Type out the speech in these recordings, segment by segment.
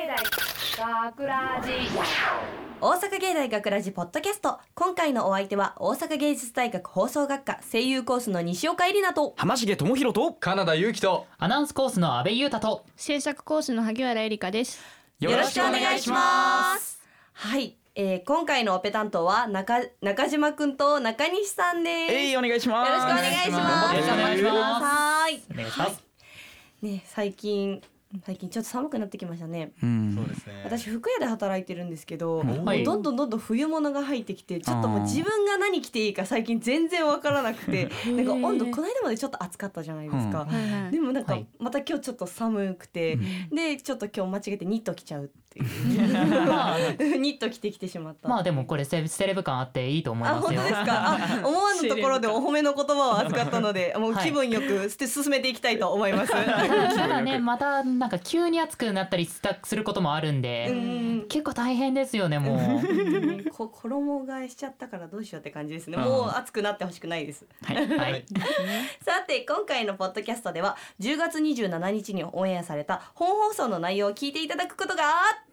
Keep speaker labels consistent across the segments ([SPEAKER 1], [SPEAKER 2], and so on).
[SPEAKER 1] 大学ラジ
[SPEAKER 2] 大阪芸大学ラジポッドキャスト今回のお相手は大阪芸術大学放送学科声優コースの西岡えりなと
[SPEAKER 3] 浜重智博と
[SPEAKER 4] カナダ勇気と
[SPEAKER 5] アナウンスコースの阿部裕太と
[SPEAKER 6] 制作講師の萩原恵梨香です。
[SPEAKER 2] よろしくお願いしますはい、えー、今回のオペ担当は中中島くんと中西さんです、
[SPEAKER 3] えい、お願いします
[SPEAKER 2] よろしくお願いします
[SPEAKER 5] よろしくお願いします
[SPEAKER 2] はい
[SPEAKER 5] お願いします、
[SPEAKER 2] ね最近最近ちょっと寒くなってきましたね
[SPEAKER 3] うん
[SPEAKER 4] そうですね
[SPEAKER 2] 私服屋で働いてるんですけど、も
[SPEAKER 5] は
[SPEAKER 2] う
[SPEAKER 5] い
[SPEAKER 2] どんどんどんどん冬物が入ってきてちょっともう自分が何着ていいか最近全然わからなくてなんか温度この間までちょっと暑かったじゃないですか、
[SPEAKER 6] はいはい
[SPEAKER 2] でもなんか
[SPEAKER 5] はい
[SPEAKER 2] また今日ちょっと寒くて、でちょっと今日間違えてニット着ちゃうってい
[SPEAKER 5] まあ
[SPEAKER 2] うニット着てきてしまった
[SPEAKER 5] まあでもこれセセレブ感あっていいと思い
[SPEAKER 2] あ
[SPEAKER 5] ます
[SPEAKER 2] 本
[SPEAKER 5] よ
[SPEAKER 2] 当ですかあ思わぬところでお褒めの言葉を預かったのでもう
[SPEAKER 5] はい
[SPEAKER 2] 気分よくして進めていきたいと思います
[SPEAKER 5] ただ ただねまたなんか急に暑くなったりしたすることもあるん
[SPEAKER 2] う
[SPEAKER 5] で、
[SPEAKER 2] ん
[SPEAKER 5] 結構大変ですよねもう
[SPEAKER 2] こ 衣替えしちゃったからどうしようって感じですね
[SPEAKER 3] うん
[SPEAKER 2] もう暑くなってほしくないです
[SPEAKER 5] はい、は
[SPEAKER 4] はいい、
[SPEAKER 2] さて今回のポッドキャストでは10月27日にオンエアされた本放送の内容を聞いていただくことが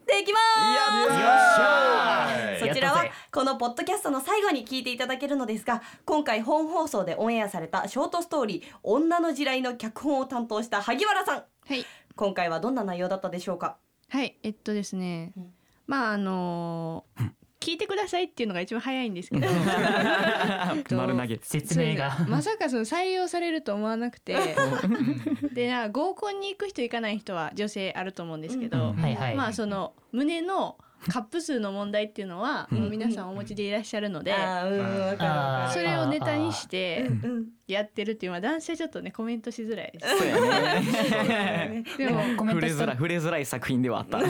[SPEAKER 2] できます
[SPEAKER 4] や
[SPEAKER 5] い
[SPEAKER 2] そちら
[SPEAKER 5] やっ
[SPEAKER 2] は
[SPEAKER 5] たぜ
[SPEAKER 2] このポッドキャストの最後に聞いていただけるのですが今回本放送でオンエアされたショートストーリー「女の地雷」の脚本を担当した萩原さん
[SPEAKER 6] はい、
[SPEAKER 2] 今回はどんな内容だったでしょうか
[SPEAKER 6] はい、えっとですね
[SPEAKER 2] うん。
[SPEAKER 6] まああのー聞いてくださいっていうのが一番早いんですけど。
[SPEAKER 3] 丸投げ
[SPEAKER 5] 説明が
[SPEAKER 6] そうまさかその採用されると思わなくて。で、なんか合コンに行く人行かない人は女性あると思うんですけど。
[SPEAKER 3] うん
[SPEAKER 5] はいはい、
[SPEAKER 6] まあその胸のカップ数の問題っていうのは、
[SPEAKER 3] うん
[SPEAKER 6] もう皆さんお持ちでいらっしゃるので。
[SPEAKER 2] あーうんわかるわ
[SPEAKER 5] あー
[SPEAKER 6] そ
[SPEAKER 2] かる
[SPEAKER 6] れをネタにして
[SPEAKER 3] うん
[SPEAKER 2] うん
[SPEAKER 6] やってるっていうのは男性ちょっとねコメントしづらいです でも
[SPEAKER 5] コメン
[SPEAKER 3] 触
[SPEAKER 5] ト
[SPEAKER 3] れ
[SPEAKER 5] した
[SPEAKER 3] づらい触れづらい作品ではあった。
[SPEAKER 6] な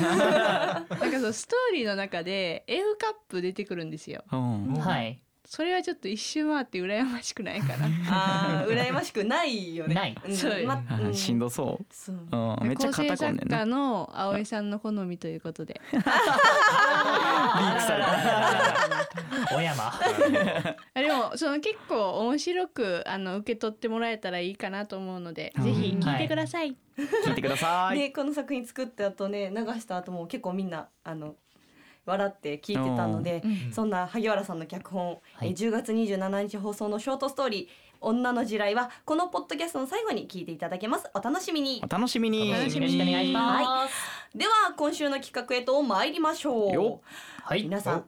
[SPEAKER 6] んかそうストーリーの中で F カップ出てくるんですよ
[SPEAKER 3] うん
[SPEAKER 5] はい
[SPEAKER 6] それはちょっと一周回って羨ましくないかな
[SPEAKER 2] あー羨ましくないよね
[SPEAKER 5] ない
[SPEAKER 2] うん
[SPEAKER 6] そう
[SPEAKER 2] ま
[SPEAKER 3] あ
[SPEAKER 2] う
[SPEAKER 3] ー
[SPEAKER 2] ん
[SPEAKER 3] しんどそ
[SPEAKER 2] そう
[SPEAKER 3] う。うんめっちゃ
[SPEAKER 6] 構成
[SPEAKER 3] 肩こん
[SPEAKER 6] 作
[SPEAKER 3] で
[SPEAKER 6] 家
[SPEAKER 3] んな。
[SPEAKER 6] の葵さんの好みということで
[SPEAKER 3] リークされた。
[SPEAKER 5] お山
[SPEAKER 6] あでもその結構面白くあの受け取ってもらえたらいいかなと思うので、
[SPEAKER 3] うん
[SPEAKER 6] ぜひ聞いてください、
[SPEAKER 3] 聞いてください。
[SPEAKER 2] ね、この作品作った後ね流した後も結構みんなあの笑って聞いてたので
[SPEAKER 6] う、ん
[SPEAKER 2] そんな萩原さんの脚本、
[SPEAKER 5] はい
[SPEAKER 2] えー10月27日放送のショートストーリー「女の地雷」はこのポッドキャストの最後に聞いていただけますお楽しみに
[SPEAKER 3] お楽しみに。
[SPEAKER 5] よろ
[SPEAKER 6] 楽
[SPEAKER 5] し
[SPEAKER 6] し
[SPEAKER 5] く
[SPEAKER 6] み
[SPEAKER 5] お願いします
[SPEAKER 2] では今週の企画へと参りましょ
[SPEAKER 3] よ
[SPEAKER 2] う
[SPEAKER 5] はい、
[SPEAKER 2] 皆さん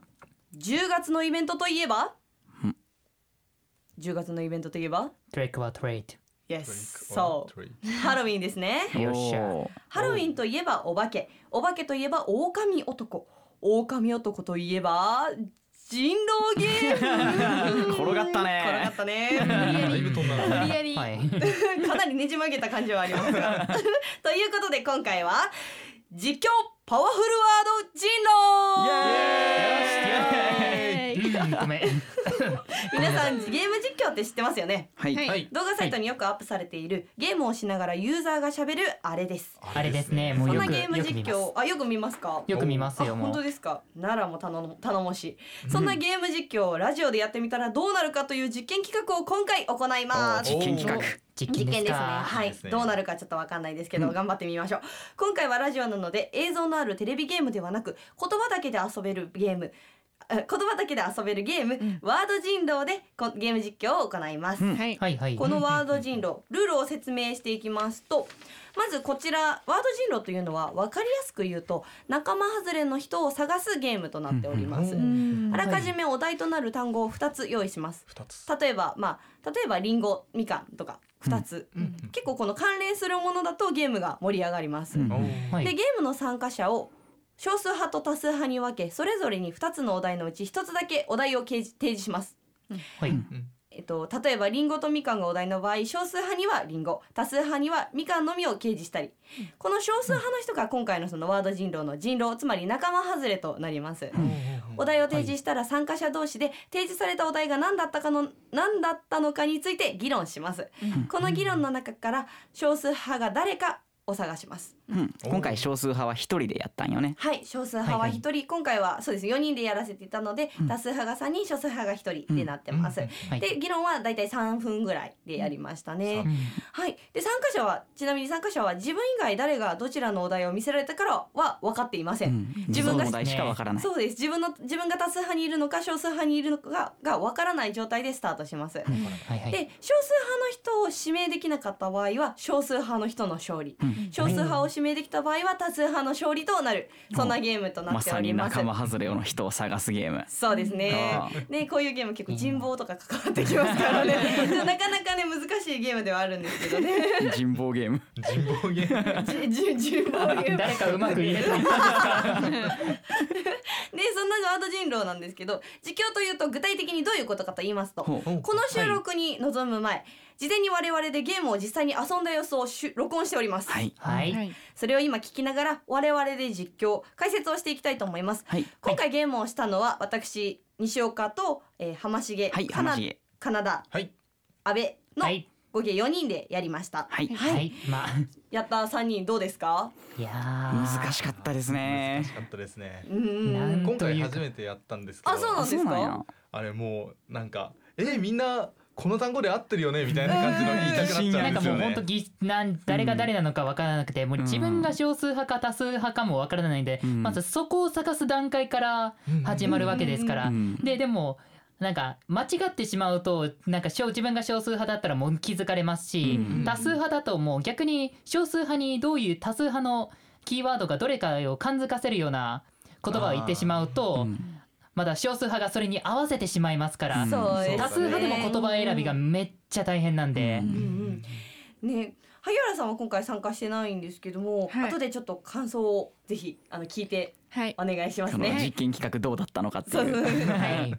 [SPEAKER 2] 10月のイベントといえば10月のイベントといえば
[SPEAKER 5] トレイクはトレイト
[SPEAKER 2] Yes そうハロウィンですね
[SPEAKER 5] よっしゃ
[SPEAKER 3] おー
[SPEAKER 2] ハロウィンといえばお化け、お化けといえば狼男、狼男といえば人狼ゲーム。
[SPEAKER 3] 転がったね
[SPEAKER 2] 転がったね。
[SPEAKER 4] だいぶ飛んだな
[SPEAKER 6] 無理やり、
[SPEAKER 5] はい
[SPEAKER 2] かなりねじ曲げた感じはありますが。 ということで今回は実況パワフルワード人
[SPEAKER 3] イ
[SPEAKER 2] 狼。
[SPEAKER 3] エーイ。
[SPEAKER 6] えー
[SPEAKER 5] うんごめん
[SPEAKER 2] 皆さんゲーム実況って知ってますよね。
[SPEAKER 3] はい。
[SPEAKER 6] はい
[SPEAKER 4] はい
[SPEAKER 2] 動画サイトによくアップされているゲームをしながらユーザーが喋るあれです。
[SPEAKER 5] あれですねも
[SPEAKER 2] そ
[SPEAKER 5] うんよ
[SPEAKER 2] な
[SPEAKER 5] く
[SPEAKER 2] ゲーム
[SPEAKER 5] よく見
[SPEAKER 2] 実
[SPEAKER 5] ます
[SPEAKER 2] 況あよく見ますか。
[SPEAKER 5] よく見ます
[SPEAKER 2] あ
[SPEAKER 5] よもう
[SPEAKER 2] 本当ですかならも頼も頼もしいそんなゲーム実況をラジオでやってみたらどうなるかという実験企画を今回行います
[SPEAKER 3] お実験企
[SPEAKER 5] 実
[SPEAKER 2] 実
[SPEAKER 5] 験で
[SPEAKER 2] 験
[SPEAKER 5] す
[SPEAKER 2] ですね
[SPEAKER 5] か
[SPEAKER 2] はい
[SPEAKER 4] ですね
[SPEAKER 2] どうなるかちょっとわかんないですけど、頑張ってみましょう今回はラジオなので映像のあるテレビゲームではなく言葉だけで遊べるゲームあ言葉だけで遊べるゲーム、ワード人狼でこゲーム実況を行います、
[SPEAKER 6] はい
[SPEAKER 5] はいはい
[SPEAKER 2] このワード人狼ルールを説明していきますとまずこちらワード人狼というのは分かりやすく言うと仲間外れの人を探すゲームとなっております、
[SPEAKER 6] うん
[SPEAKER 2] あらかじめお題となる単語を2つ用意します
[SPEAKER 4] 二つ
[SPEAKER 2] 例えばまあ例えばりんごみかんとか2つ、結構この関連するものだとゲームが盛り上がります、
[SPEAKER 3] うん
[SPEAKER 5] はい
[SPEAKER 2] でゲームの参加者を少数派と多数派に分けそれぞれに2つのお題のうち1つだけお題を提示提示します
[SPEAKER 5] はい
[SPEAKER 2] えっと、例えばリンゴとみかんがお題の場合少数派にはリンゴ多数派にはみかんのみを掲示したり、この少数派の人が今回のそのワード人狼の人狼つまり仲間外れとなります、お題を提示したら参加者同士で提示されたお題が何だったかの何だったのかについて議論します、この議論の中から少数派が誰かを探します、
[SPEAKER 4] うん、今回少数派は一人でやったんよね。
[SPEAKER 2] はい少数派は1人、今回はそうです4人でやらせていたので、多数派が3人少数派が1人ってなってます、
[SPEAKER 5] はい
[SPEAKER 2] で議論はだいたい3分ぐらいでやりましたね、はいで参加者はちなみに参加者は自分以外誰がどちらのお題を見せられたからは分かっていませ、
[SPEAKER 4] うんん、
[SPEAKER 2] 自
[SPEAKER 4] 自
[SPEAKER 2] 分
[SPEAKER 4] 分
[SPEAKER 2] が
[SPEAKER 4] のお題しかわからない。
[SPEAKER 2] そうです自分の自分が多数派にいるのか少数派にいるのかが分からない状態でスタートします、
[SPEAKER 5] はいはい
[SPEAKER 2] で少数派の人を指名できなかった場合は少数派の人の勝利、
[SPEAKER 4] ん
[SPEAKER 2] 少数派を指名できた場合は多数派の勝利となるそんなゲームとな
[SPEAKER 4] ま
[SPEAKER 2] ってお
[SPEAKER 4] さ
[SPEAKER 2] り
[SPEAKER 4] に
[SPEAKER 2] ます、
[SPEAKER 4] 仲間外れの人を探すゲーム。
[SPEAKER 2] そうですね
[SPEAKER 4] あ。
[SPEAKER 2] ね、こういうゲーム結構人望とか関わってきますからね。なかなかね、難しいゲームではあるんですけど ね。
[SPEAKER 4] 人望ゲー ム。
[SPEAKER 3] 人望ゲーム
[SPEAKER 2] じじ人望 ゲーム。
[SPEAKER 5] 誰かうまく入れといて
[SPEAKER 2] で、そんなワード人狼なんですけど、実況というと具体的にどういうことかと言いますと、こ
[SPEAKER 4] ほう
[SPEAKER 2] の収録に臨む前、事前に我々でゲームを実際に遊んだ様子をしゅ録音しております。
[SPEAKER 4] はい。
[SPEAKER 5] はい
[SPEAKER 2] それを今聞きながら我々で実況解説をしていきたいと思います。
[SPEAKER 4] はい。
[SPEAKER 2] 今回ゲームをしたのは私西岡と、えー、浜重、
[SPEAKER 4] はい。
[SPEAKER 2] かな
[SPEAKER 4] 話へ。
[SPEAKER 2] カナダ、
[SPEAKER 3] はい
[SPEAKER 2] 安倍の
[SPEAKER 5] はい
[SPEAKER 2] 合計4人でやりました。
[SPEAKER 4] はい。
[SPEAKER 5] はいまあ
[SPEAKER 2] やった3人どうですか？
[SPEAKER 5] いやー
[SPEAKER 4] 難しかったです
[SPEAKER 3] 難
[SPEAKER 4] ね
[SPEAKER 3] し。かったですね
[SPEAKER 2] うーん。
[SPEAKER 5] な
[SPEAKER 3] 今
[SPEAKER 5] んというか
[SPEAKER 3] 回初めてやったんですけど
[SPEAKER 2] あそうなん
[SPEAKER 4] あ、
[SPEAKER 2] です
[SPEAKER 4] そう
[SPEAKER 2] か
[SPEAKER 4] なんや。
[SPEAKER 3] あれもうなんかえみんなこの単語で合ってるよねみたいな感じの言いたくなっち
[SPEAKER 5] な
[SPEAKER 3] ゃうんん
[SPEAKER 5] か
[SPEAKER 3] です
[SPEAKER 5] も
[SPEAKER 3] よ
[SPEAKER 5] う本当
[SPEAKER 3] ね
[SPEAKER 5] ぎなん誰が誰なのか分からなくて、もう自分が少数派か多数派かも分からないんで、
[SPEAKER 4] うん
[SPEAKER 5] まずそこを探す段階から始まるわけですから、
[SPEAKER 4] うん
[SPEAKER 5] ででもなんか間違ってしまうとなんか少自分が少数派だったらもう気づかれますし、
[SPEAKER 4] うん
[SPEAKER 5] 多数派だともう逆に少数派にどういう多数派のキーワードがどれかを感づかせるような言葉を言ってしまうと、まだ少数派がそれに合わせてしまいますから、
[SPEAKER 4] うん
[SPEAKER 2] そうですね
[SPEAKER 5] 多数派でも言葉選びがめっちゃ大変なんで。
[SPEAKER 2] うんうん。ね、萩原さんは今回参加してないんですけども、
[SPEAKER 6] はい
[SPEAKER 2] 後でちょっと感想をぜひあの聞いて
[SPEAKER 6] はい
[SPEAKER 2] お願いします
[SPEAKER 4] この
[SPEAKER 2] ね。
[SPEAKER 4] 実験企画どうだったのかって
[SPEAKER 2] そう
[SPEAKER 4] い
[SPEAKER 2] そう
[SPEAKER 4] う。
[SPEAKER 5] はい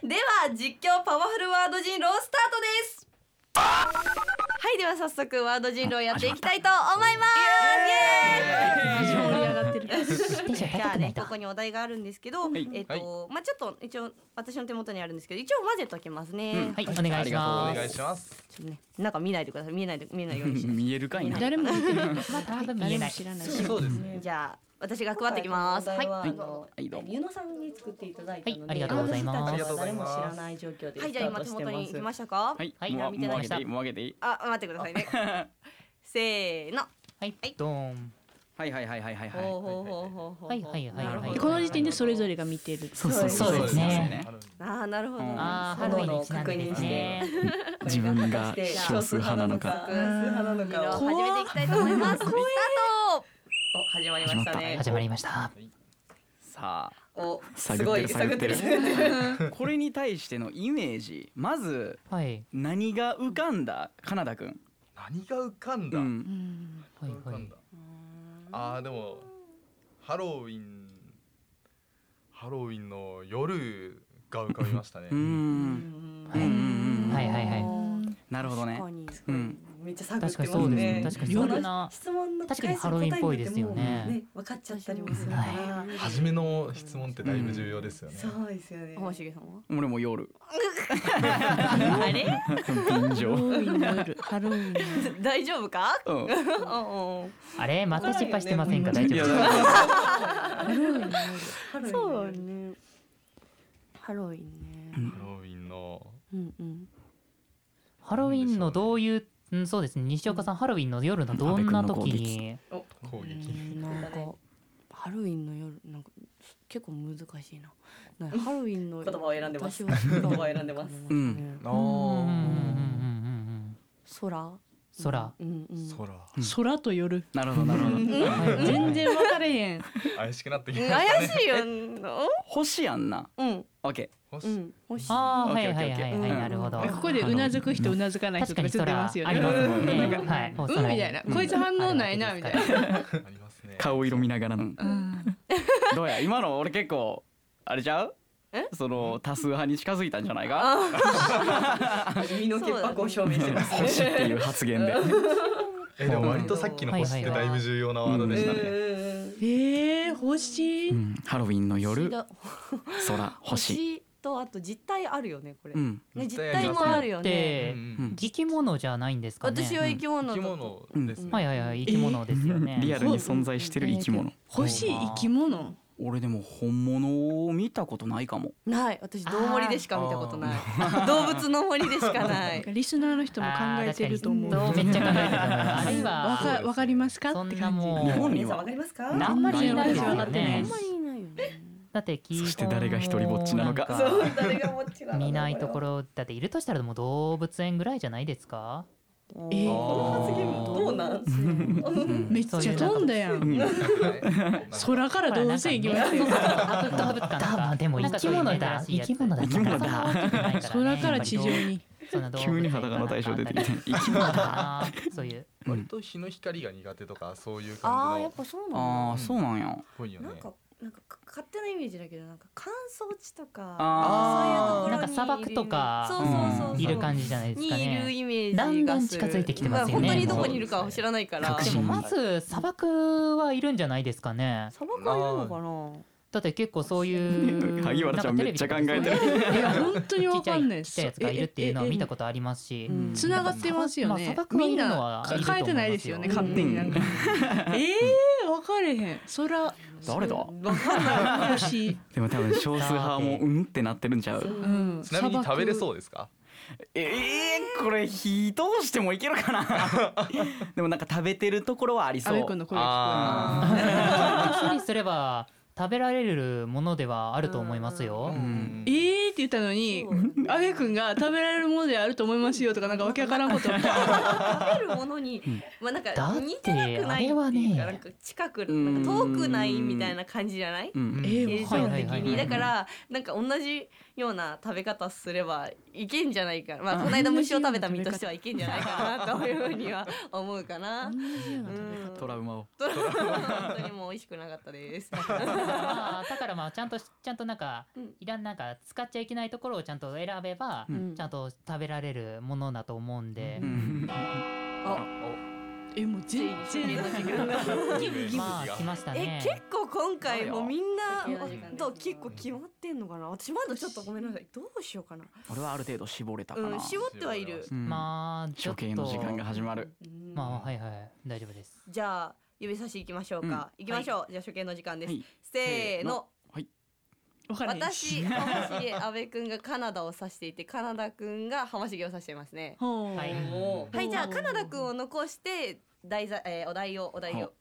[SPEAKER 2] では実況パワフルワード人狼スタートですはいでは早速ワード人狼やっていきたいと思いますイエーイ
[SPEAKER 6] 盛り上がってる
[SPEAKER 5] テンション
[SPEAKER 2] じゃあ
[SPEAKER 5] 高くない
[SPEAKER 2] ね、
[SPEAKER 5] と
[SPEAKER 2] こ。こにお題があるんですけど、
[SPEAKER 4] い
[SPEAKER 2] えっ、と、まあちょっと一応私の手元にあるんですけど、一応混ぜときますね。
[SPEAKER 4] うん
[SPEAKER 5] はい、お願いし
[SPEAKER 3] お
[SPEAKER 5] ま
[SPEAKER 3] 願い
[SPEAKER 5] す。
[SPEAKER 3] します
[SPEAKER 2] ちょっとね、なんか見ないでください。見えないで見えないようにします。
[SPEAKER 4] 見えるかいな。
[SPEAKER 6] 誰も見てない
[SPEAKER 5] 多分見
[SPEAKER 6] 誰
[SPEAKER 5] えな
[SPEAKER 6] も
[SPEAKER 5] い。
[SPEAKER 6] 知らない
[SPEAKER 3] そうですね
[SPEAKER 2] じゃあ私が配ってきます。はい。
[SPEAKER 4] いはいどうも
[SPEAKER 2] ゆのさんに作っていただいたので、
[SPEAKER 5] はいありがとうございます
[SPEAKER 3] ありがとうございます
[SPEAKER 2] 誰も知らない状況で。はい、じゃあ今手元に来ましたか。
[SPEAKER 4] はい。
[SPEAKER 5] はい
[SPEAKER 4] もう
[SPEAKER 5] 見てない
[SPEAKER 4] もう上げていい。もう上げていい。
[SPEAKER 2] あ、待ってくだ さいね。せーの。
[SPEAKER 5] はい、ドーン。
[SPEAKER 4] はいはいはいはいはいはい。
[SPEAKER 2] ほうほうほうほうほう。
[SPEAKER 5] はいはいはい
[SPEAKER 2] なる
[SPEAKER 5] は
[SPEAKER 2] ほ
[SPEAKER 5] い。
[SPEAKER 2] ど
[SPEAKER 6] この時点でそれぞれが見てる
[SPEAKER 4] そう
[SPEAKER 2] そうそう
[SPEAKER 5] そうですね
[SPEAKER 2] ああ、なるほど。
[SPEAKER 4] うん
[SPEAKER 5] ああ、ハ
[SPEAKER 2] 各
[SPEAKER 5] ロウィン
[SPEAKER 2] 々
[SPEAKER 5] にちなんでですね。
[SPEAKER 4] 自分が少数派なの
[SPEAKER 2] 少
[SPEAKER 4] か。
[SPEAKER 2] 数派なのかを始めていきたいと思います。スタート。お、始まりましたね。
[SPEAKER 5] 始まりました。
[SPEAKER 4] さあ。
[SPEAKER 2] お、す
[SPEAKER 4] 探っ
[SPEAKER 2] ご
[SPEAKER 4] て
[SPEAKER 2] い
[SPEAKER 4] る
[SPEAKER 2] 探
[SPEAKER 4] 探
[SPEAKER 2] っ
[SPEAKER 4] ってて
[SPEAKER 2] る
[SPEAKER 4] る。 これに対してのイメージ。まず
[SPEAKER 5] はい。
[SPEAKER 4] 何が浮かんだカナダくん。
[SPEAKER 3] 何が浮かんだ、
[SPEAKER 4] う
[SPEAKER 3] 何
[SPEAKER 4] ん。
[SPEAKER 5] はい
[SPEAKER 3] が浮か
[SPEAKER 5] は
[SPEAKER 3] ん
[SPEAKER 5] い
[SPEAKER 3] だ。ああでもハロウィンハロウィンの夜が浮かびましたね
[SPEAKER 4] うん。うんうんうん。
[SPEAKER 5] はいはいはい
[SPEAKER 4] なるほどね。うん。
[SPEAKER 2] めっちゃ探っ
[SPEAKER 5] 確か
[SPEAKER 2] て
[SPEAKER 5] に
[SPEAKER 2] ま
[SPEAKER 5] そう
[SPEAKER 2] す
[SPEAKER 5] です
[SPEAKER 2] ね
[SPEAKER 5] ね。。確かにそんな。
[SPEAKER 2] 質問の
[SPEAKER 5] 確かにハロウィンっぽいですよね
[SPEAKER 2] 答えによっても分かっちゃったりもするから。
[SPEAKER 5] は
[SPEAKER 3] 初めの質問ってだいぶ重要ですよね、
[SPEAKER 2] そうですよね。
[SPEAKER 6] 浜重さんは
[SPEAKER 4] 俺も夜。
[SPEAKER 2] あれ
[SPEAKER 4] 便
[SPEAKER 6] ハロウ
[SPEAKER 4] 乗。
[SPEAKER 6] ィンの夜ハロウィンの夜
[SPEAKER 2] 大丈夫か？
[SPEAKER 4] うん。
[SPEAKER 2] うんうん
[SPEAKER 5] あれ、また失敗してませんか、大
[SPEAKER 4] い
[SPEAKER 5] 丈
[SPEAKER 4] や
[SPEAKER 5] 夫。
[SPEAKER 4] だから
[SPEAKER 6] そうね。ハロウィンね。
[SPEAKER 3] ハロウィンの
[SPEAKER 6] うんうん。
[SPEAKER 5] ハロウィンのどういう、うん、そうですね、西岡さん、ハロウィンの夜のどんな時に。
[SPEAKER 3] 攻撃、
[SPEAKER 6] なんかハロウィンの夜なんか結構難しいな。なんかハロウィンの
[SPEAKER 2] 言葉を選んでます
[SPEAKER 6] 私は
[SPEAKER 2] 言葉を選んでます
[SPEAKER 6] う
[SPEAKER 3] あ
[SPEAKER 5] うん
[SPEAKER 6] ん。
[SPEAKER 5] うんうんうんう
[SPEAKER 3] ー
[SPEAKER 5] ん
[SPEAKER 6] 空。
[SPEAKER 5] 空。
[SPEAKER 6] うんうん。
[SPEAKER 3] 空
[SPEAKER 6] 空と夜。
[SPEAKER 4] なるほどなるほど。
[SPEAKER 6] 全然分かれへん。
[SPEAKER 3] 怪しくなってきましたね
[SPEAKER 2] 怪しいよ。う
[SPEAKER 4] 星やんな。
[SPEAKER 2] ん
[SPEAKER 4] オッケ
[SPEAKER 3] もし
[SPEAKER 6] うん。欲しい。
[SPEAKER 5] ああ、
[SPEAKER 4] オッ
[SPEAKER 5] は
[SPEAKER 4] ケー
[SPEAKER 5] い
[SPEAKER 4] オッケ
[SPEAKER 5] は
[SPEAKER 4] ー
[SPEAKER 5] い
[SPEAKER 4] オッケ
[SPEAKER 5] は
[SPEAKER 4] ー
[SPEAKER 5] いはい、なるほど。
[SPEAKER 6] ここでうなずく人うなずかない人
[SPEAKER 5] 確
[SPEAKER 6] と
[SPEAKER 5] か
[SPEAKER 6] か
[SPEAKER 5] に
[SPEAKER 6] ちょっと出ます
[SPEAKER 5] 空
[SPEAKER 6] よ
[SPEAKER 5] ありま
[SPEAKER 6] ね。
[SPEAKER 5] すもんね。
[SPEAKER 6] なんか
[SPEAKER 5] はい、
[SPEAKER 6] うんみたいな。こいつ反応ないなみたいな。
[SPEAKER 3] ありますね
[SPEAKER 4] ー。顔色見ながらの。
[SPEAKER 6] うん。
[SPEAKER 4] どうや今の俺結構あれちゃう？その多数派に近づいたんじゃないか？
[SPEAKER 2] 身の潔白を証明してます
[SPEAKER 4] 星っていう発言で。
[SPEAKER 3] えでも割とさっきの星ってだいぶ重要なワードでしたね、
[SPEAKER 2] うん
[SPEAKER 6] ええ欲し
[SPEAKER 4] う
[SPEAKER 6] い。
[SPEAKER 4] んハロウィンの夜
[SPEAKER 6] だ
[SPEAKER 4] 空星。
[SPEAKER 6] 星。
[SPEAKER 2] とあと実態あるよねこれ、
[SPEAKER 4] うん
[SPEAKER 2] ね、実
[SPEAKER 3] 実態あり
[SPEAKER 2] 態
[SPEAKER 3] ますね
[SPEAKER 2] もあるよ
[SPEAKER 5] っ
[SPEAKER 2] ね
[SPEAKER 3] うんう
[SPEAKER 5] て
[SPEAKER 3] ん
[SPEAKER 5] 生き物じゃないんですかね
[SPEAKER 2] 私は生き物だ
[SPEAKER 3] 生き
[SPEAKER 2] と
[SPEAKER 3] 物ですね。
[SPEAKER 5] はいはいはい生き物ですよね
[SPEAKER 4] リアルに存在してる生き物
[SPEAKER 6] 欲しい生き物
[SPEAKER 4] 俺でも本物を見たことないかも
[SPEAKER 2] ない私どう森でしか見たことない動物の森でしかな
[SPEAKER 6] なん
[SPEAKER 2] い
[SPEAKER 6] かリスナーの人も考えてると思う
[SPEAKER 5] あー確かにめっちゃ考えてると思いますあるい
[SPEAKER 6] わ
[SPEAKER 5] は
[SPEAKER 6] かわかりますか
[SPEAKER 5] そ
[SPEAKER 6] って
[SPEAKER 5] んな
[SPEAKER 6] 感じ
[SPEAKER 4] う
[SPEAKER 5] も
[SPEAKER 4] 日本
[SPEAKER 5] う
[SPEAKER 4] に
[SPEAKER 2] 皆さん
[SPEAKER 4] は
[SPEAKER 2] わかりますか
[SPEAKER 5] あんまりいないですよ
[SPEAKER 6] あんまりいない
[SPEAKER 5] ね
[SPEAKER 6] です
[SPEAKER 1] いないよね
[SPEAKER 5] だって基本
[SPEAKER 4] そして誰が一人ぼっちなのか
[SPEAKER 5] ん
[SPEAKER 2] そう誰が持ちなの
[SPEAKER 5] 見ないところだっているとしたらもう動物園ぐらいじゃないですか
[SPEAKER 2] これ
[SPEAKER 6] えー
[SPEAKER 2] この発言どうなん
[SPEAKER 4] うん
[SPEAKER 6] めっちゃ飛んだや
[SPEAKER 4] うんん
[SPEAKER 6] 空から動物園行きますよ
[SPEAKER 5] 動物館だでも生き物だ生き物だ
[SPEAKER 4] 生き物だ
[SPEAKER 6] 空から地上に
[SPEAKER 4] 急に裸の対象出てきて生き物だ
[SPEAKER 5] そういう
[SPEAKER 3] 割と日の光が苦手とかそういう
[SPEAKER 1] あ
[SPEAKER 3] 感
[SPEAKER 1] ー
[SPEAKER 3] じ
[SPEAKER 1] や
[SPEAKER 3] の
[SPEAKER 1] っぱそうなん
[SPEAKER 4] ああそうなんや
[SPEAKER 3] ぽいよね
[SPEAKER 2] なん。かなんかか勝手なイメージだけどなんか乾燥地とかそういうとこ
[SPEAKER 4] あー
[SPEAKER 2] ろに
[SPEAKER 5] なんか砂漠とか
[SPEAKER 2] そうそうそうそう
[SPEAKER 5] いる感じじゃないですか
[SPEAKER 2] にいる
[SPEAKER 5] ね
[SPEAKER 2] イメージがす
[SPEAKER 5] だ
[SPEAKER 2] る
[SPEAKER 5] んだん近づいてきてますよね
[SPEAKER 2] 本当にどこにいるかは知らないから
[SPEAKER 4] 確
[SPEAKER 5] で
[SPEAKER 4] 信
[SPEAKER 5] もまず砂漠はいるんじゃないですかね
[SPEAKER 2] 砂漠はいるのかな
[SPEAKER 5] だって結構そういう
[SPEAKER 4] 萩原ちゃんめっちゃ考えてる
[SPEAKER 6] いや本当に
[SPEAKER 5] ち
[SPEAKER 6] わ
[SPEAKER 5] っちゃ
[SPEAKER 6] か
[SPEAKER 5] い
[SPEAKER 6] んないで
[SPEAKER 5] ちっちゃ
[SPEAKER 6] す
[SPEAKER 5] いやつがいるっていうのは見た
[SPEAKER 6] こ
[SPEAKER 5] ことありますし
[SPEAKER 2] うん
[SPEAKER 6] つながってますよ
[SPEAKER 5] まあ
[SPEAKER 6] ね
[SPEAKER 5] 砂漠がい
[SPEAKER 6] みん
[SPEAKER 5] るの
[SPEAKER 6] な
[SPEAKER 5] は
[SPEAKER 6] 抱えてないですよね
[SPEAKER 5] いると
[SPEAKER 6] 勝
[SPEAKER 5] 思いますよ
[SPEAKER 6] 手になんかええ分かれへん空
[SPEAKER 4] 誰だ
[SPEAKER 2] わかんない
[SPEAKER 6] 星
[SPEAKER 4] でも多分少数派もうんってなってるんちゃう
[SPEAKER 6] うん
[SPEAKER 3] ちなみに食べれ
[SPEAKER 6] う
[SPEAKER 3] そうですか？
[SPEAKER 4] えー、これ火通してもいけるか なでもなんか食べてるところはあり
[SPEAKER 6] 阿
[SPEAKER 4] そ
[SPEAKER 6] 部
[SPEAKER 4] う
[SPEAKER 6] 君の声が
[SPEAKER 3] あ
[SPEAKER 5] 処理すれば食べられるものではあると思います
[SPEAKER 3] あ
[SPEAKER 5] よ。
[SPEAKER 4] ん
[SPEAKER 6] 聞こえるええって言ったのに阿部君が食べられるものであると思いますよとかなんかわけわからんこと
[SPEAKER 2] 食べるものに、
[SPEAKER 4] ん
[SPEAKER 2] まあなんか
[SPEAKER 5] だって
[SPEAKER 2] 似てなくないっていうか
[SPEAKER 5] あれはね
[SPEAKER 2] なんか近くなんか遠くないみたいな感じじゃない
[SPEAKER 4] うん
[SPEAKER 2] 形
[SPEAKER 6] ええ
[SPEAKER 2] 状
[SPEAKER 5] は
[SPEAKER 2] 的
[SPEAKER 5] いはいはい
[SPEAKER 2] にだからなんか同じような食べ方すればいけんじゃないかなまあこの間虫を食べた身としてはいけんじゃないかなというふうには思うか な。うん
[SPEAKER 4] トラウマを
[SPEAKER 2] トラ本当にもう美味しくなかったです。
[SPEAKER 5] まあだからまあちゃんとちゃんとなんか
[SPEAKER 2] うん
[SPEAKER 5] いらんなんか使っちゃいけないところをちゃんと選べば
[SPEAKER 4] う
[SPEAKER 5] ちゃんと食べられるものだと思うんで
[SPEAKER 4] う。ん
[SPEAKER 6] えもう全然
[SPEAKER 2] の時間が
[SPEAKER 3] ギブギブ
[SPEAKER 5] まあ来ました
[SPEAKER 2] え
[SPEAKER 5] ね。
[SPEAKER 2] 結構今回もみんな
[SPEAKER 1] そうよ
[SPEAKER 2] あと結構決まってんのかな私まだちょっとごめんなさいどうしようかな
[SPEAKER 4] 俺はある程度絞れたか
[SPEAKER 2] う
[SPEAKER 4] な、
[SPEAKER 2] ん絞ってはいる
[SPEAKER 4] うん
[SPEAKER 5] まあちょ
[SPEAKER 4] 処
[SPEAKER 5] っと
[SPEAKER 4] 刑の時間が始まる
[SPEAKER 2] うん
[SPEAKER 5] まあはいはい大丈夫です。
[SPEAKER 2] じゃあ指差し行きましょうか行きましょうじゃあ初見の時間です
[SPEAKER 4] はい
[SPEAKER 2] せーの
[SPEAKER 6] わからへん
[SPEAKER 2] 私浜重阿部くんがカナダを指していてカナダくんが浜重を指していますね
[SPEAKER 6] ほう
[SPEAKER 5] はい
[SPEAKER 2] おーはいじゃあカナダくんを残して題材、えー、お題をお題を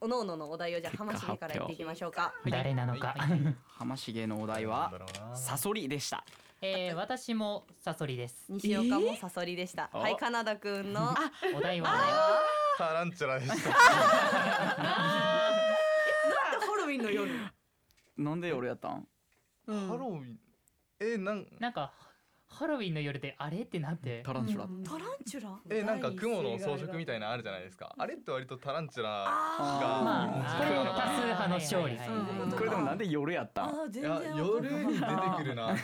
[SPEAKER 2] おおのおののお題をじゃあ浜
[SPEAKER 4] 結果
[SPEAKER 2] 重からやっていきましょうか
[SPEAKER 5] 誰なのか。
[SPEAKER 4] 浜重のお題はサソリでした
[SPEAKER 5] えー私もサソリです。
[SPEAKER 2] 西岡もサソリでした、
[SPEAKER 4] えー
[SPEAKER 2] はいカナダくんの
[SPEAKER 5] お題は
[SPEAKER 3] タランチュラでした。
[SPEAKER 2] なんでハロウィンの夜
[SPEAKER 4] なんで俺やったん
[SPEAKER 6] うん
[SPEAKER 3] ハロウィンえなん
[SPEAKER 5] なんかハロウィンの夜であれってなって。
[SPEAKER 4] タランチュラ
[SPEAKER 2] タランチュラ
[SPEAKER 3] えなんか雲の装飾みたいなのあるじゃないですか。あれって割とタランチュラが
[SPEAKER 5] まあ
[SPEAKER 4] こ
[SPEAKER 5] こ
[SPEAKER 4] れ
[SPEAKER 5] れ
[SPEAKER 4] も
[SPEAKER 5] も
[SPEAKER 4] 多
[SPEAKER 5] 多
[SPEAKER 4] 数
[SPEAKER 5] 数
[SPEAKER 4] 派の
[SPEAKER 5] 派の
[SPEAKER 4] 勝
[SPEAKER 5] 勝
[SPEAKER 4] 利
[SPEAKER 5] 利。
[SPEAKER 4] これでもなんで夜やったん
[SPEAKER 2] あー
[SPEAKER 3] い
[SPEAKER 2] 全然
[SPEAKER 3] や夜に出てくるな。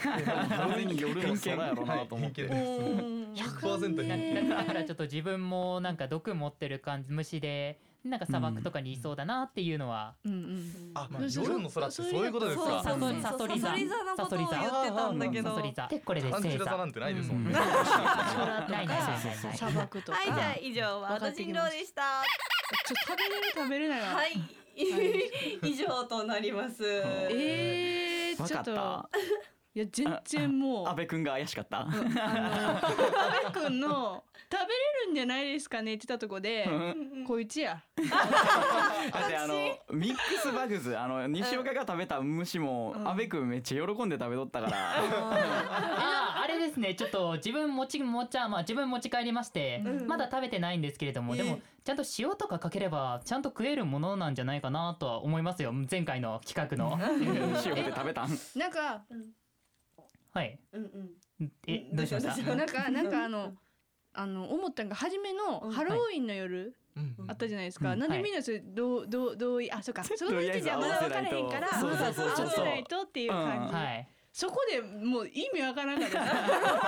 [SPEAKER 4] 完全に夜の
[SPEAKER 3] 偏
[SPEAKER 4] 空やろなと思って
[SPEAKER 3] 見
[SPEAKER 2] う
[SPEAKER 3] です
[SPEAKER 2] ん
[SPEAKER 3] 100%偏見。
[SPEAKER 5] だからちょっと自分もなんか毒持ってる感じ虫でなんか砂漠とかにいそうだなっていうのは、
[SPEAKER 6] うんうん
[SPEAKER 3] あ
[SPEAKER 6] そうそう
[SPEAKER 3] 夜の空ってそういうことです
[SPEAKER 2] そう
[SPEAKER 3] か。
[SPEAKER 2] サソリ
[SPEAKER 5] サソリ座
[SPEAKER 2] サソリ座のことを言ってたんだけど
[SPEAKER 5] サソ
[SPEAKER 2] は
[SPEAKER 5] リ
[SPEAKER 2] い
[SPEAKER 5] 座でこれで
[SPEAKER 3] タランチ
[SPEAKER 5] 星座
[SPEAKER 3] ュラ座なんてないですもんね。
[SPEAKER 5] ないないないないない
[SPEAKER 6] 砂漠とか
[SPEAKER 2] じゃあ以上ワード人狼でしたは
[SPEAKER 6] ちょ食べれる食べれないわ
[SPEAKER 2] い 以上となります
[SPEAKER 6] えー、
[SPEAKER 4] わ
[SPEAKER 6] ちょ
[SPEAKER 4] かっ
[SPEAKER 6] っと
[SPEAKER 4] た
[SPEAKER 6] いや全然もう
[SPEAKER 4] 安倍くんが怪しかった
[SPEAKER 6] 阿部君の食べれるんじゃないですかねって言ったとこでこいつや
[SPEAKER 4] だってあのミックスバグズあの西岡が食べた虫も
[SPEAKER 6] うん
[SPEAKER 4] 安倍くんめっちゃ喜んで食べとったから
[SPEAKER 5] あーあれですねちょっと自分持ち持ちゃまあ自分持ち帰りまして、
[SPEAKER 2] うん
[SPEAKER 5] まだ食べてないんですけれども、でもちゃんと塩とかかければちゃんと食えるものなんじゃないかなとは思いますよ前回の企画の
[SPEAKER 4] 西岡で食べたん
[SPEAKER 6] なんか
[SPEAKER 5] はい
[SPEAKER 2] うんうん
[SPEAKER 5] えどうしました
[SPEAKER 6] なんかなんかあのあの思ったんが初め
[SPEAKER 2] う
[SPEAKER 6] の
[SPEAKER 2] ん
[SPEAKER 6] ハロウィンの夜
[SPEAKER 3] うん
[SPEAKER 6] あったじゃないですか、
[SPEAKER 4] うん
[SPEAKER 6] なんで
[SPEAKER 5] はい
[SPEAKER 6] みんなそれどうどうどういあそうかその
[SPEAKER 4] とりあえ
[SPEAKER 6] 時
[SPEAKER 4] ず
[SPEAKER 6] じゃまだ分からへんから
[SPEAKER 4] 合わせないとそう
[SPEAKER 6] 合
[SPEAKER 4] そうそうそう
[SPEAKER 6] わせないとっていう感じ、
[SPEAKER 5] はい
[SPEAKER 6] そこでもう意味わからんかった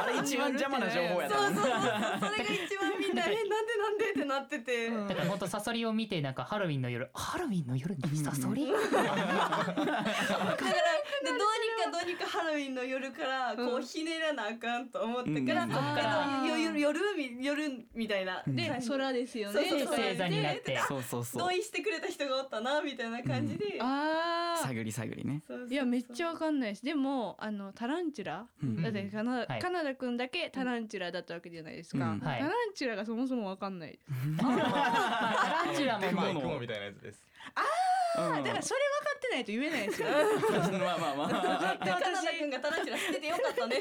[SPEAKER 4] あ れ一番邪魔な情報やった
[SPEAKER 2] そうそうそうそうそれが一番みんなえなんでなんでってなってて
[SPEAKER 5] だから本当サソリを見てなんかハロウィンの夜ハロウィンの夜にサソリ
[SPEAKER 2] だからでどうにかどうにかハロウィンの夜からこ
[SPEAKER 6] う
[SPEAKER 2] うひねらなあかんと思ってから、
[SPEAKER 4] うん
[SPEAKER 2] そっから
[SPEAKER 6] あー
[SPEAKER 2] 夜夜夜み夜みたいな
[SPEAKER 4] うん
[SPEAKER 6] で
[SPEAKER 2] 感じ
[SPEAKER 6] 空ですよ
[SPEAKER 2] そうそう
[SPEAKER 6] ね
[SPEAKER 2] そう
[SPEAKER 5] 正座になって
[SPEAKER 4] そうそうそ
[SPEAKER 2] 同
[SPEAKER 4] う
[SPEAKER 2] 意してくれた人がおったなみたいな感じで、
[SPEAKER 6] ああ
[SPEAKER 4] 探り探りね
[SPEAKER 2] そうそうそう
[SPEAKER 6] いやめっちゃわかんないですでもあのタランチュラ
[SPEAKER 4] うん
[SPEAKER 6] だってカナ,、
[SPEAKER 5] はい
[SPEAKER 6] カナダくんだけタランチュラだったわけじゃないですか、
[SPEAKER 4] うん
[SPEAKER 5] はい
[SPEAKER 6] タランチュラがそもそもわかんない
[SPEAKER 5] まあタランチュラもま
[SPEAKER 3] 雲
[SPEAKER 5] あ
[SPEAKER 4] う
[SPEAKER 3] 雲
[SPEAKER 4] ん
[SPEAKER 3] 雲みたいなやつです。
[SPEAKER 4] うん
[SPEAKER 6] だからそれ分かってないと言えないですよ
[SPEAKER 4] まあまあまあ
[SPEAKER 2] でカナダ君がタランチュラ捨ててよかったね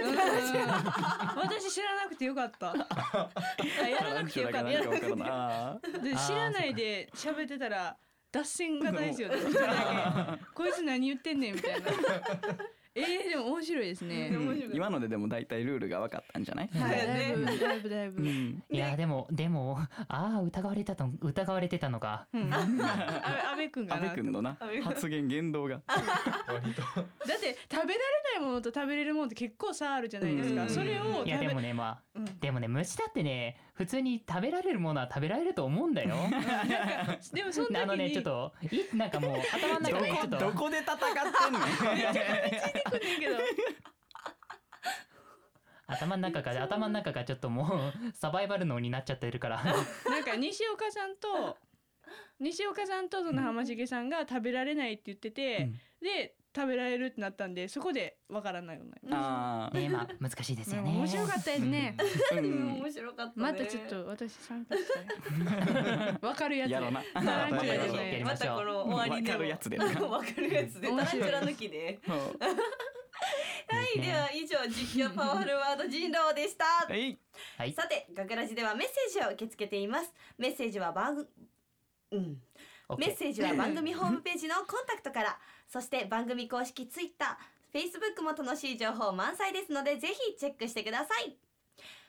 [SPEAKER 6] 私知らなくてよかったあやらなくてよか
[SPEAKER 4] タラ
[SPEAKER 6] った
[SPEAKER 4] ンチュラが何
[SPEAKER 6] や
[SPEAKER 4] から
[SPEAKER 6] なくて
[SPEAKER 4] 分からんあー
[SPEAKER 6] で
[SPEAKER 5] あー
[SPEAKER 6] 知らないで喋ってたら脱線型ですよね一人だけこいつ何言ってんねんみたいなえー、でも面白いです
[SPEAKER 4] う
[SPEAKER 6] ね
[SPEAKER 2] 面白
[SPEAKER 4] ん
[SPEAKER 2] い
[SPEAKER 4] 今のででも大体ルールが分かったんじゃない
[SPEAKER 2] はい
[SPEAKER 6] だいぶだいぶだいぶ、
[SPEAKER 4] うん
[SPEAKER 5] いやでもでもああ疑われたと疑われてたのか
[SPEAKER 6] うん、あべ阿部君が
[SPEAKER 4] 阿
[SPEAKER 6] な
[SPEAKER 4] 部君のな
[SPEAKER 2] 阿部君
[SPEAKER 4] 発言言動が
[SPEAKER 3] 割と
[SPEAKER 6] だって食べられないものと食べれるものって結構差あるじゃないですか、
[SPEAKER 2] うん
[SPEAKER 6] それを食
[SPEAKER 5] い
[SPEAKER 6] べ
[SPEAKER 5] やでもねまあ
[SPEAKER 6] うん
[SPEAKER 5] でもね虫だってね普通に食べられるものは食べられると思うんだ よ
[SPEAKER 6] でもその時に
[SPEAKER 5] あのねちょっといなんかもう頭の
[SPEAKER 4] ど
[SPEAKER 5] 中でちょ
[SPEAKER 4] こ
[SPEAKER 5] っと
[SPEAKER 4] どこで戦ってんの
[SPEAKER 6] 出てくんねんけど
[SPEAKER 5] 頭の中が頭の中がちょっともうサバイバル脳になっちゃってるから
[SPEAKER 6] なんか西岡さんと西岡さんとその浜重さんが食べられないって言ってて、で食べられるってなったんでそこでわからないよね、
[SPEAKER 4] あー
[SPEAKER 5] ねまあ難しいですよね
[SPEAKER 6] 面白かったですね、
[SPEAKER 4] う
[SPEAKER 2] うん
[SPEAKER 4] ん
[SPEAKER 2] 面白かったね
[SPEAKER 6] またちょっと私参加したい わかるやつ
[SPEAKER 4] やろうな
[SPEAKER 6] タランチュラじゃな
[SPEAKER 5] やり
[SPEAKER 6] い
[SPEAKER 5] ま
[SPEAKER 2] ま
[SPEAKER 5] しょう
[SPEAKER 2] たこの終わりで
[SPEAKER 4] わか
[SPEAKER 2] も
[SPEAKER 4] るやつでな
[SPEAKER 2] わかるやつでタランチュラ抜きで
[SPEAKER 4] そう
[SPEAKER 2] はい、では以上実況パワフルワード人狼でした。
[SPEAKER 4] はい
[SPEAKER 5] はい
[SPEAKER 2] さて、ガクラジではメッセージを受け付けています。メッセージは番組、うん、
[SPEAKER 5] OK
[SPEAKER 2] メッセージは番組ホームページのコンタクトから、そして番組公式ツイッター、フェイスブックも楽しい情報満載ですので、ぜひチェックしてください。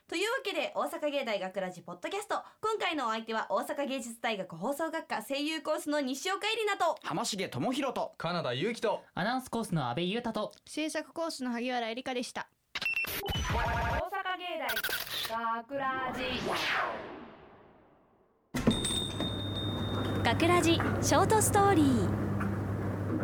[SPEAKER 2] というわけで大阪芸大学ラジポッドキャスト今回のお相手は大阪芸術大学放送学科声優コースの西岡えりなと
[SPEAKER 4] 浜重智弘と
[SPEAKER 3] カナダ勇気と
[SPEAKER 5] アナウンスコースの阿部裕太と
[SPEAKER 6] 制作コースの萩原絵梨香でした
[SPEAKER 1] 大阪芸大学ラジ
[SPEAKER 7] 学ラジショートストーリー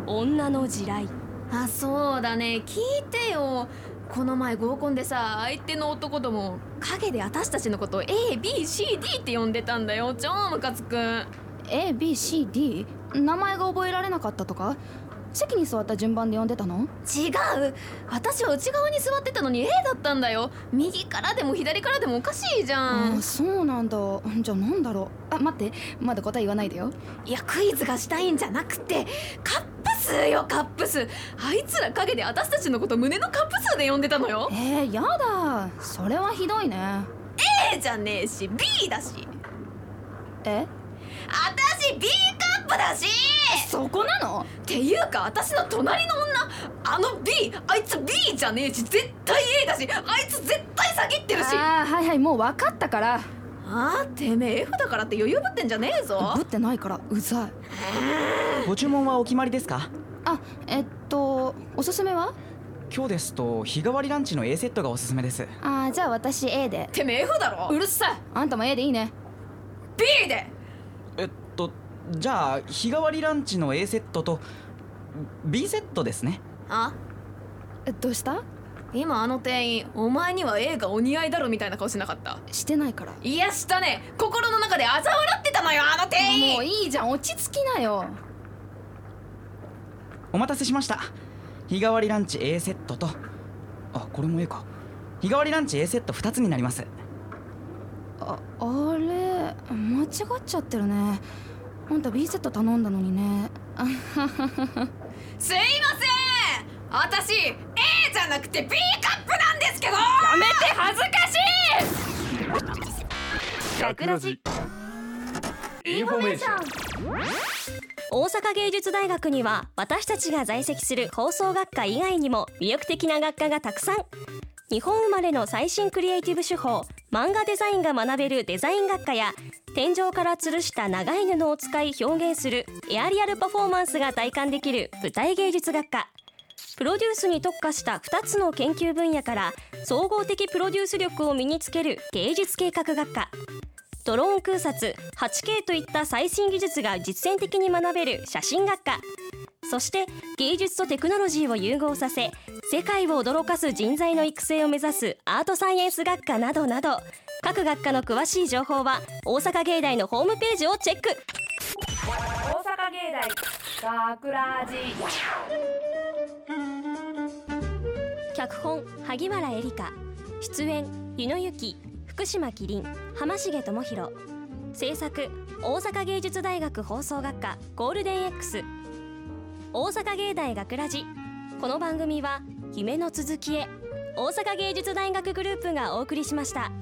[SPEAKER 7] 女の地雷
[SPEAKER 8] あそうだね聞いてよこの前合コンでさ相手の男ども陰で私たちのことを ABCD って呼んでたんだよ超ムカつく
[SPEAKER 9] ABCD 名前が覚えられなかったとか席に座った順番で呼んでたの
[SPEAKER 8] 違う私は内側に座ってたのに A だったんだよ右からでも左からでもおかしいじゃ
[SPEAKER 9] あ
[SPEAKER 8] ん
[SPEAKER 9] あそうなんだじゃあなんだろうあ待ってまだ答え言わないでよ
[SPEAKER 8] いやクイズがしたいんじゃなくてカップ数よカップ数あいつら陰で私たちのこと胸のカップ数で呼んでたのよ
[SPEAKER 9] えー、やだそれはひどいね
[SPEAKER 8] A じゃねえし B だし
[SPEAKER 9] え
[SPEAKER 8] 私 B カップだし
[SPEAKER 9] そこなの
[SPEAKER 8] っていうか私の隣の女あの B あいつ B じゃねえし絶対 A だしあいつ絶対詐欺ってるし
[SPEAKER 9] あ
[SPEAKER 8] あ
[SPEAKER 9] あはいはいもう分かったから
[SPEAKER 8] あーてめえ F だからって余裕ぶってんじゃねえぞ
[SPEAKER 9] ぶってないからうざい
[SPEAKER 10] ご注文はお決まりですか
[SPEAKER 9] あえっとおすすめは
[SPEAKER 10] 今日ですと日替わりランチの A セットがおすすめです
[SPEAKER 9] ああじゃあ私 A で
[SPEAKER 8] てめえ F だろ
[SPEAKER 9] うるさいあんたも A でいいね
[SPEAKER 8] B で
[SPEAKER 10] えっとじゃあ日替わりランチの A セットと B セットですね
[SPEAKER 8] あ
[SPEAKER 9] えどうした
[SPEAKER 8] 今あの店員お前には A がお似合いだろみたいな顔しなかった
[SPEAKER 9] してないから
[SPEAKER 8] いやしたね心の中で嘲笑ってたのよあの店
[SPEAKER 9] もう
[SPEAKER 8] 員
[SPEAKER 9] いいじゃん落ち着きなよ
[SPEAKER 10] お待たせしました日替わりランチ A セットとあこれも A か日替わりランチ A セット2つになります
[SPEAKER 9] ああれ間違っちゃってるねあんた B セット頼んだのにねあ
[SPEAKER 8] すいません私 A じゃなくて B カップなんですけどやめて恥ずかしい
[SPEAKER 7] 学ラジ
[SPEAKER 3] インフォメーション
[SPEAKER 7] 大阪芸術大学には私たちが在籍する放送学科以外にも魅力的な学科がたくさん日本生まれの最新クリエイティブ手法漫画デザインが学べるデザイン学科や天井から吊るした長い布を使い表現するエアリアルパフォーマンスが体感できる舞台芸術学科プロデュースに特化した2つの研究分野から総合的プロデュース力を身につける芸術計画学科ドローン空撮 8K といった最新技術が実践的に学べる写真学科そして芸術とテクノロジーを融合させ世界を驚かす人材の育成を目指すアートサイエンス学科などなど各学科の詳しい情報は大阪芸大のホームページをチェック
[SPEAKER 1] 大阪芸大学ラジ
[SPEAKER 7] 脚本萩原絵梨香出演湯野由紀福島麒麟浜重智博制作大阪芸術大学放送学科ゴールデン X 大阪芸大学ラジこの番組は夢の続きへ大阪芸術大学グループがお送りしました。